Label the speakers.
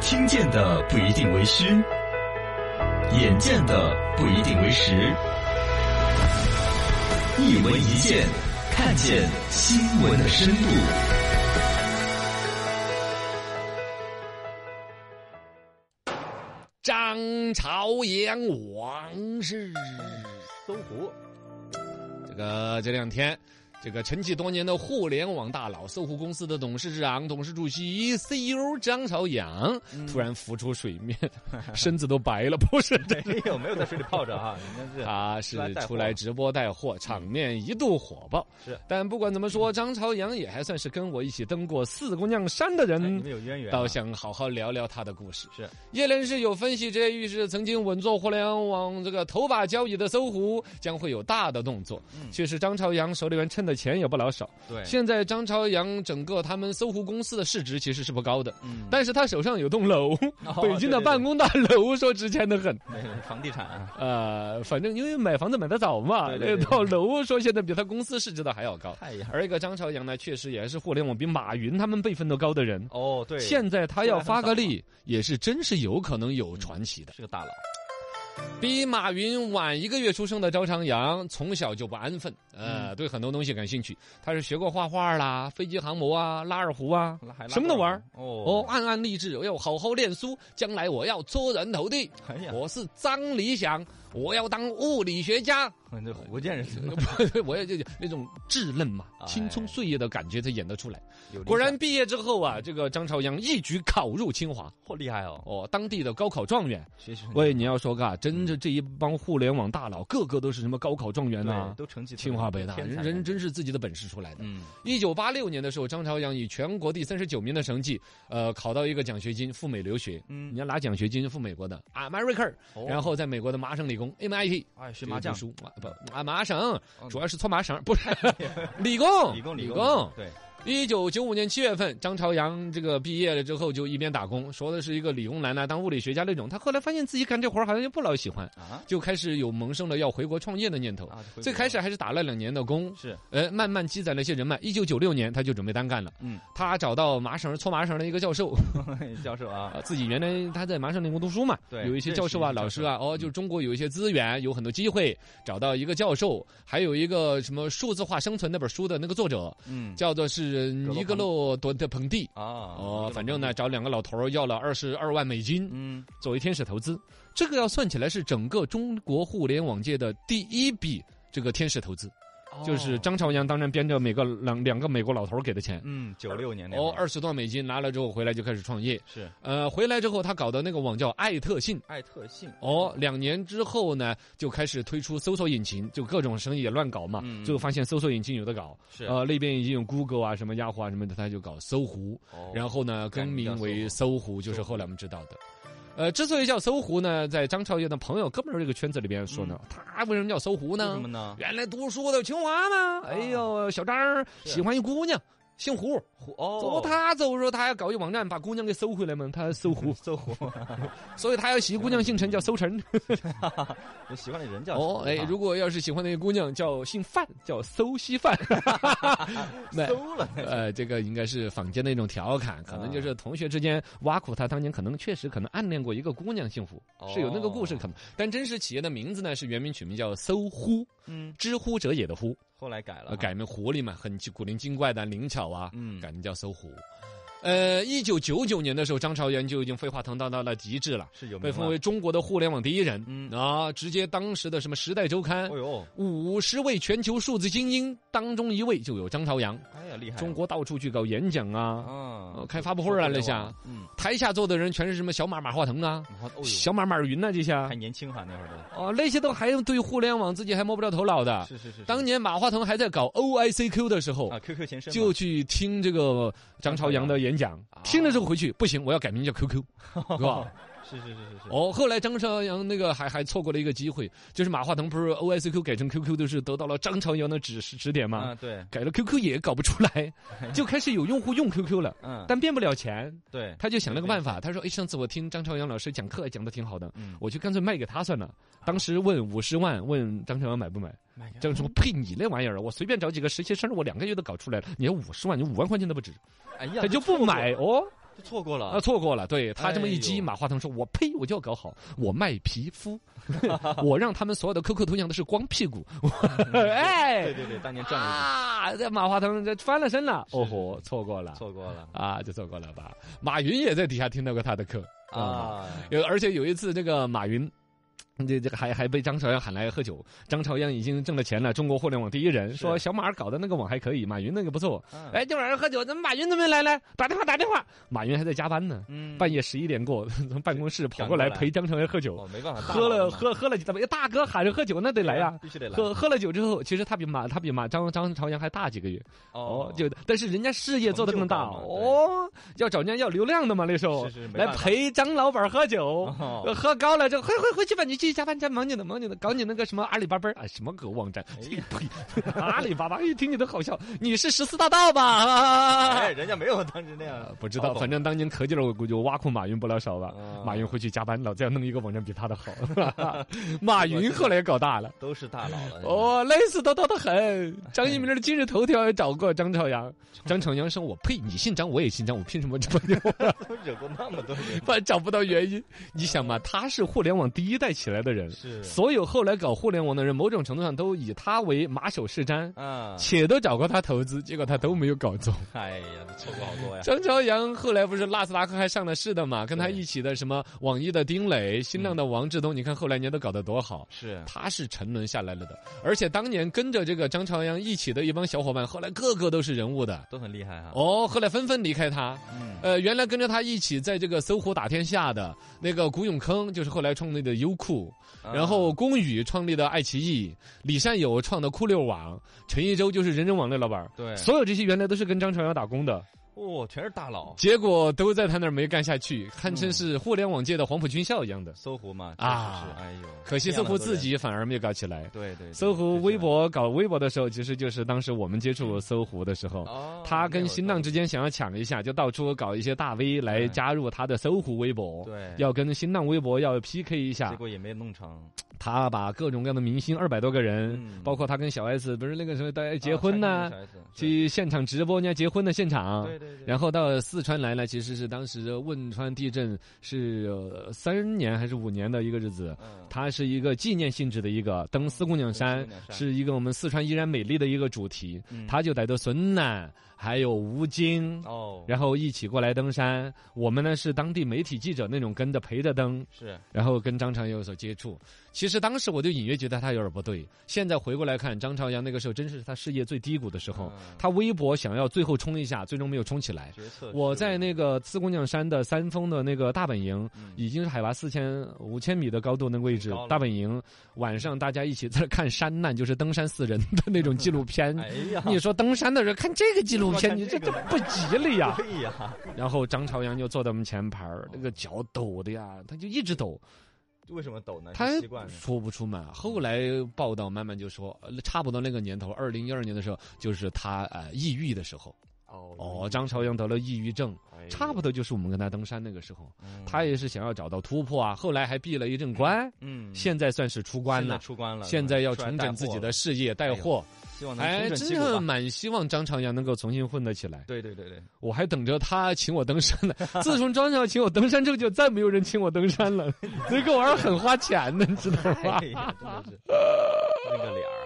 Speaker 1: 听见的不一定为虚，眼见的不一定为实。一文一见，看见新闻的深度。
Speaker 2: 张朝阳王氏搜狐，这个这两天，这个沉寂多年的互联网大佬、搜狐公司的董事长、董事主席、CEO 张朝阳突然浮出水面，身子都白了，不是 的。
Speaker 3: 没有没有在水里泡着啊，人家
Speaker 2: 他是出来嗯直播带货，场面一度火爆。
Speaker 3: 是，
Speaker 2: 但不管怎么说，张朝阳也还算是跟我一起登过四姑娘山的
Speaker 3: 是哎你们
Speaker 2: 人，
Speaker 3: 有渊源啊，
Speaker 2: 倒想好好聊聊他的故事。
Speaker 3: 是
Speaker 2: 业内人士有分析，这预示曾经稳坐互联网这个头把交椅的搜狐将会有大的动作。
Speaker 3: 嗯哎
Speaker 2: 确实，张朝阳手里面趁的钱也不老少。
Speaker 3: 对，
Speaker 2: 现在张朝阳整个他们搜狐公司的市值其实是不高的，
Speaker 3: 嗯，
Speaker 2: 但是他手上有栋楼，
Speaker 3: 哦
Speaker 2: 北京的
Speaker 3: 对对对
Speaker 2: 办公大楼，说值钱的很。
Speaker 3: 没有房地产啊，
Speaker 2: 呃，反正因为买房子买得早嘛，
Speaker 3: 对
Speaker 2: 这
Speaker 3: 对对
Speaker 2: 套楼说现在比他公司市值的还要高。
Speaker 3: 太厉害了
Speaker 2: 而一个张朝阳呢，确实也是互联网比马云他们辈分都高的人。
Speaker 3: 哦，对，
Speaker 2: 现在他要发个
Speaker 3: 出来很
Speaker 2: 力，也是真是有可能有传奇的。
Speaker 3: 是个大佬，嗯
Speaker 2: 比马云晚一个月出生的张朝阳，从小就不安分，
Speaker 3: 嗯
Speaker 2: 呃，对很多东西感兴趣。他是学过画画啦、飞机航模啊、拉二胡啊，
Speaker 3: 拉还拉
Speaker 2: 什么都玩儿。哦
Speaker 3: 哦，
Speaker 2: 暗暗励志，我要好好念书，将来我要出人头地。
Speaker 3: 哎呀，
Speaker 2: 我是张理想，我要当物理学家。
Speaker 3: 这福建人怎么
Speaker 2: 我也就那种稚嫩嘛、
Speaker 3: 哎
Speaker 2: 青葱岁月的感觉，他演得出来。
Speaker 3: 有理
Speaker 2: 果然
Speaker 3: 想
Speaker 2: 毕业之后啊，这个张朝阳一举考入清华，
Speaker 3: 嚯厉害哦，
Speaker 2: 哦，当地的高考状元。
Speaker 3: 学习成绩
Speaker 2: 喂，你要说嘎，真
Speaker 3: 嗯
Speaker 2: 是这一帮互联网大佬，个个都是什么高考状元呐、
Speaker 3: 对，都成绩特别
Speaker 2: 清华北大，
Speaker 3: 天
Speaker 2: 人
Speaker 3: 才
Speaker 2: 人真是自己的本事出来的。
Speaker 3: 嗯，
Speaker 2: 一九八六年的时候，张朝阳以全国第三十九名的成绩，呃，考到一个奖学金赴美留学。
Speaker 3: 嗯
Speaker 2: 嗯，你要拿奖学金赴美国的 America，、
Speaker 3: 哦
Speaker 2: 然后在美国的麻省理工 MIT
Speaker 3: 哎学麻将
Speaker 2: 读书啊不啊麻省，
Speaker 3: 哦
Speaker 2: 主要是搓麻绳， 不是理工
Speaker 3: 理工
Speaker 2: 理
Speaker 3: 工对，
Speaker 2: 一九九五年七月份，张朝阳这个毕业了之后就一边打工，说的是一个理工男呢、当物理学家那种。他后来发现自己干这活儿好像就不老喜欢，
Speaker 3: 啊
Speaker 2: 就开始有萌生了要回国创业的念头。
Speaker 3: 啊，
Speaker 2: 最开始还是打了两年的工，
Speaker 3: 是
Speaker 2: 呃，慢慢积攒了一些人脉。一九九六年，他就准备单干了。
Speaker 3: 嗯，
Speaker 2: 他找到麻绳搓麻绳的一个教授，
Speaker 3: 教授啊，
Speaker 2: 啊，自己原来他在麻省理工读书嘛，
Speaker 3: 对
Speaker 2: 有一些教授啊、
Speaker 3: 认识一些
Speaker 2: 老师啊，哦，就是中国有一些资源，有很多机会，找到一个教授，还有一个什么数字化生存那本书的那个作者，
Speaker 3: 嗯
Speaker 2: 叫做是
Speaker 3: 格罗
Speaker 2: 尼格洛多德彭蒂。
Speaker 3: 啊，
Speaker 2: 哦，反正呢，找两个老头儿要了二十二万美金
Speaker 3: 嗯，
Speaker 2: 作为天使投资，这个要算起来是整个中国互联网界的第一笔这个天使投资，就是
Speaker 3: 哦
Speaker 2: 张朝阳当然编着每个两两个美国老头儿给的钱。
Speaker 3: 嗯九六年那
Speaker 2: 哦，
Speaker 3: 会儿
Speaker 2: 二十多万美金拿了之后回来就开始创业，
Speaker 3: 是
Speaker 2: 呃，回来之后他搞的那个网叫艾特信，
Speaker 3: 艾特信
Speaker 2: 哦，两年之后呢，就开始推出搜索引擎，就各种生意也乱搞嘛。
Speaker 3: 嗯
Speaker 2: 最后发现搜索引擎有的搞，
Speaker 3: 是
Speaker 2: 呃，那边已经有 Google 啊、什么 Yahoo 啊什么的，他就搞搜狐，
Speaker 3: 哦
Speaker 2: 然后呢
Speaker 3: 改
Speaker 2: 更
Speaker 3: 名叫
Speaker 2: 名为搜狐，就是
Speaker 3: 搜狐
Speaker 2: 后来我们知道的。呃，之所以叫搜狐呢，在张朝阳的朋友、哥们儿这个圈子里边说呢，他为什么叫搜狐
Speaker 3: 嗯为
Speaker 2: 呢
Speaker 3: 什么？呢？啊
Speaker 2: 原来读书的清华嘛，哎呦，小张儿
Speaker 3: 是
Speaker 2: 喜欢一姑娘，姓胡，
Speaker 3: 虎哦，
Speaker 2: 走他走说他要搞一网站把姑娘给搜回来嘛， 他搜狐，
Speaker 3: 搜狐，
Speaker 2: 所以他要洗姑娘姓陈叫搜陈。
Speaker 3: 我喜欢的人叫搜狐
Speaker 2: 哦，哎，
Speaker 3: 哈
Speaker 2: 如果要是喜欢那个姑娘叫姓范，叫搜西 范， 那
Speaker 3: 搜了，
Speaker 2: 呃，这个应该是坊间的一种调侃，可能就是同学之间挖苦他，当年可能确实可能暗恋过一个姑娘，幸福
Speaker 3: 哦
Speaker 2: 是有那个故事可能，但真实企业的名字呢是原名取名叫搜狐，
Speaker 3: 嗯，
Speaker 2: 知乎者也的乎，
Speaker 3: 后来改了
Speaker 2: 呃，
Speaker 3: 啊，
Speaker 2: 改名狐狸嘛，很古灵精怪的灵巧啊，
Speaker 3: 嗯
Speaker 2: 改名叫搜狐。呃，一九九九年的时候，张朝阳就已经飞黄腾达到了极致了，
Speaker 3: 是有名
Speaker 2: 被
Speaker 3: 了
Speaker 2: 封为中国的互联网第一人，
Speaker 3: 嗯
Speaker 2: 啊，直接当时的什么《时代周刊》
Speaker 3: 哦呦，
Speaker 2: 五十位全球数字精英当中一位就有张朝阳，
Speaker 3: 哎呀厉害，
Speaker 2: 中国到处去搞演讲啊，
Speaker 3: 啊
Speaker 2: 呃开发布会啊那下，
Speaker 3: 嗯，
Speaker 2: 台下坐的人全是什么小马马化腾啊、
Speaker 3: 然后哦呦，
Speaker 2: 小马马云呐这些啊
Speaker 3: 还，年轻哈那会儿都，
Speaker 2: 哦那些都还对互联网自己还摸不着头脑的。
Speaker 3: 是是是是，
Speaker 2: 啊当年马化腾还在搞 OICQ 的时候
Speaker 3: 啊，QQ 前身嘛
Speaker 2: 就去听这个张朝阳的演讲，听了之后回去不行，我要改名叫 QQ，是吧？
Speaker 3: 是是是是是，
Speaker 2: 哦，后来张朝阳那个还还错过了一个机会，就是马化腾不是 OICQ 改成 QQ 都是得到了张朝阳的指示指点吗
Speaker 3: 啊？对，
Speaker 2: 改了 QQ 也搞不出来，就开始有用户用 QQ 了，
Speaker 3: 嗯，
Speaker 2: 但变不了钱，
Speaker 3: 对，
Speaker 2: 他就想了个办法，他说：“哎，上次我听张朝阳老师讲课讲的挺好的，
Speaker 3: 嗯，
Speaker 2: 我就干脆卖给他算了。”当时问五十万，问张朝阳买不买？
Speaker 3: 买个
Speaker 2: 张朝阳说：“呸，你那玩意儿，我随便找几个实习生，我两个月都搞出来了，你要五十万，你五万块钱都不值，
Speaker 3: 哎呀，
Speaker 2: 他就不买哦。”
Speaker 3: 就错过
Speaker 2: 啊，
Speaker 3: 了。
Speaker 2: 错过了。对他这么一
Speaker 3: 哎
Speaker 2: 激，
Speaker 3: 呦
Speaker 2: 马化腾说：“我呸，我就要搞好，我卖皮 肤，我让他们所有的 QQ 头像都是光屁股。我”哎，
Speaker 3: 对对对，当年赚了
Speaker 2: 啊，这马化腾这翻了身了，
Speaker 3: 是
Speaker 2: 哦
Speaker 3: 是
Speaker 2: 吼，错过
Speaker 3: 一笔，
Speaker 2: 了
Speaker 3: 错过了
Speaker 2: 啊，就错过了吧。马云也在底下听到过他的课啊，
Speaker 3: 啊！
Speaker 2: 有而且有一次这个马云。这这个还还被张朝阳喊来喝酒，张朝阳已经挣了钱了，中国互联网第一人，
Speaker 3: 是
Speaker 2: 说小马儿搞的那个网还可以，马云那个不错。
Speaker 3: 啊，
Speaker 2: 哎，今晚上喝酒，怎么马云怎么没来呢？打电话打电话，马云还在加班呢，
Speaker 3: 嗯
Speaker 2: 半夜十一点过 从办公室跑过来
Speaker 3: 赶过来
Speaker 2: 陪张朝阳喝酒，
Speaker 3: 哦，没办法，大
Speaker 2: 喝
Speaker 3: 佬啊
Speaker 2: 了
Speaker 3: 嘛
Speaker 2: 喝喝了几大杯，大哥喊着喝酒那得来呀、
Speaker 3: 必须得来
Speaker 2: 喝喝了酒之后，其实他比马他比马张张朝阳还大几个月哦，就但是人家事业做得更大
Speaker 3: 成就感嘛对
Speaker 2: 哦，要找人家要流量的嘛那时候
Speaker 3: 是是没
Speaker 2: 来
Speaker 3: 办法
Speaker 2: 陪张老板喝酒，
Speaker 3: 哦
Speaker 2: 呃喝高了就回回回去吧，你去加班去忙你的忙你的，搞你那个什么阿里巴巴啊什么狗网站，
Speaker 3: 哎
Speaker 2: 这个呸，阿里巴巴一 听你都好笑，你是十四大盗吧？啊
Speaker 3: 哎，人家没有当时那样，
Speaker 2: 不知道，反正当年可劲儿，我估计我挖苦马云不老少吧。
Speaker 3: 啊
Speaker 2: 马云回去加班，老子要弄一个网站比他的好。马云后来搞大了。
Speaker 3: 都是大佬了。
Speaker 2: 哦，累死叨叨的很。张一鸣的今日头条也找过哎张朝阳，张朝阳说：“我呸，你姓张，我也姓张，我凭什么 这么牛
Speaker 3: 都惹过那么多人？”，
Speaker 2: 反正找不到原因。你想嘛，他是互联网第一代起来的人，
Speaker 3: 是
Speaker 2: 所有后来搞互联网的人，某种程度上都以他为马首是瞻，
Speaker 3: 啊，
Speaker 2: 且都找过他投资，结果他都没有搞 中。
Speaker 3: 哎呀，错过好 多呀。
Speaker 2: 张朝阳后来不是纳斯达克还上了市的嘛？跟他一起的什么网易的丁磊、新浪的王志东，你看后来人家都搞得多好。
Speaker 3: 是
Speaker 2: 他是沉沦下来了的，而且当年跟着这个张朝阳一起的一帮小伙伴，后来个个都是人物的。
Speaker 3: 都很厉害哈。
Speaker 2: 哦，后来纷纷离开他。
Speaker 3: 嗯，
Speaker 2: 呃，原来跟着他一起在这个搜狐打天下的那个古永坑，就是后来创立的优酷，
Speaker 3: 啊
Speaker 2: 然后龚宇创立的爱奇艺，李善友创的酷六网，陈一舟就是人人网的老板儿。
Speaker 3: 对，
Speaker 2: 所有这些原来都是跟张朝阳打工的。
Speaker 3: 哦，全是大佬，
Speaker 2: 结果都在他那儿没干下去，堪称是互联网界的黄埔军校一样的。
Speaker 3: 搜狐嘛，
Speaker 2: 啊
Speaker 3: 确实是哎呦，
Speaker 2: 可惜
Speaker 3: 这
Speaker 2: 搜
Speaker 3: 样的
Speaker 2: 狐
Speaker 3: 很多
Speaker 2: 自
Speaker 3: 人，
Speaker 2: 己反而没有搞起来。
Speaker 3: 对对，对
Speaker 2: 搜
Speaker 3: 是
Speaker 2: 狐、
Speaker 3: 这
Speaker 2: 微
Speaker 3: 样
Speaker 2: 博搞微博的时候，其实就是当时我们接触搜狐的时候，
Speaker 3: 哦，
Speaker 2: 他跟新浪
Speaker 3: 之
Speaker 2: 之间想要抢一下，就到处搞一些大 V 来
Speaker 3: 对
Speaker 2: 加入他的搜狐微博。
Speaker 3: 对，
Speaker 2: 要跟新浪微博要 PK 一下
Speaker 3: 结，果也没弄成，
Speaker 2: 他把各种各样的明星二百多个人，
Speaker 3: 嗯
Speaker 2: 包括他跟小 S 不是那个时候大家结
Speaker 3: 啊
Speaker 2: 婚
Speaker 3: 产
Speaker 2: 呢、
Speaker 3: 生了小 S，对
Speaker 2: 去现场直播人家结婚的现场，
Speaker 3: 对对对，
Speaker 2: 然后到四川来呢，其实是当时汶川地震是呃三年还是五年的一个日子，
Speaker 3: 嗯
Speaker 2: 它是一个纪念性质的一个
Speaker 3: 哦
Speaker 2: 登四姑娘山
Speaker 3: 登四姑娘，山
Speaker 2: 是一个我们四川依然美丽的一个主题。
Speaker 3: 啊嗯
Speaker 2: 他就带着孙楠还有吴京，
Speaker 3: 哦，
Speaker 2: 然后一起过来登山。我们呢是当地媒体记者那种跟着陪着登，
Speaker 3: 是
Speaker 2: 然后跟张朝阳有所接触。其实当时我就隐约觉得他有点不对。现在回过来看，张朝阳那个时候真是他事业最低谷的时候，
Speaker 3: 嗯
Speaker 2: 他微博想要最后冲一下，最终没有冲起来。
Speaker 3: 决策
Speaker 2: 我
Speaker 3: 是
Speaker 2: 在那个四姑娘山的三峰的那个大本营，
Speaker 3: 嗯
Speaker 2: 已经是海拔四千五千米的高度那个位置
Speaker 3: 高了，
Speaker 2: 大本营晚上大家一起在那看山难，就是登山死人的那种纪录片。
Speaker 3: 哎呀，
Speaker 2: 你说登山的人看这个纪录片，
Speaker 3: 看
Speaker 2: 你这
Speaker 3: 这
Speaker 2: 这
Speaker 3: 个
Speaker 2: 不吉利 呀！
Speaker 3: 对哎呀，
Speaker 2: 然后张朝阳就坐在我们前排
Speaker 3: 哦
Speaker 2: 儿，那个脚抖的呀，他就一直抖，
Speaker 3: 为什么抖呢？
Speaker 2: 他
Speaker 3: 是习惯了
Speaker 2: 说不出嘛。后来报道慢慢就说，呃差不多那个年头，二零一二年的时候，就是他呃抑郁的时候。
Speaker 3: 哦
Speaker 2: 哦，张朝阳得了抑郁症，差不
Speaker 3: 多，
Speaker 2: 多就是我们跟他登山那个时候。
Speaker 3: 哎嗯
Speaker 2: 他也是想要找到突破啊，后来还闭了一阵关，
Speaker 3: 嗯
Speaker 2: 现在算是出关
Speaker 3: 现在
Speaker 2: 了。
Speaker 3: 出关了，
Speaker 2: 现在要
Speaker 3: 出来
Speaker 2: 重
Speaker 3: 带
Speaker 2: 整自
Speaker 3: 货
Speaker 2: 己
Speaker 3: 了
Speaker 2: 的，事业，带货，
Speaker 3: 希望能
Speaker 2: 哎，
Speaker 3: 重整
Speaker 2: 真
Speaker 3: 旗鼓
Speaker 2: 的
Speaker 3: 吧。
Speaker 2: 蛮希望张朝阳能够重新混得起来。
Speaker 3: 对对 对对，
Speaker 2: 我还等着他请我登山 呢。自从张朝阳请我登山之后，就再没有人请我
Speaker 3: 哎
Speaker 2: 登山了。这个玩意儿很花钱的，你知道吗？
Speaker 3: 哎呀，真的是那个脸儿。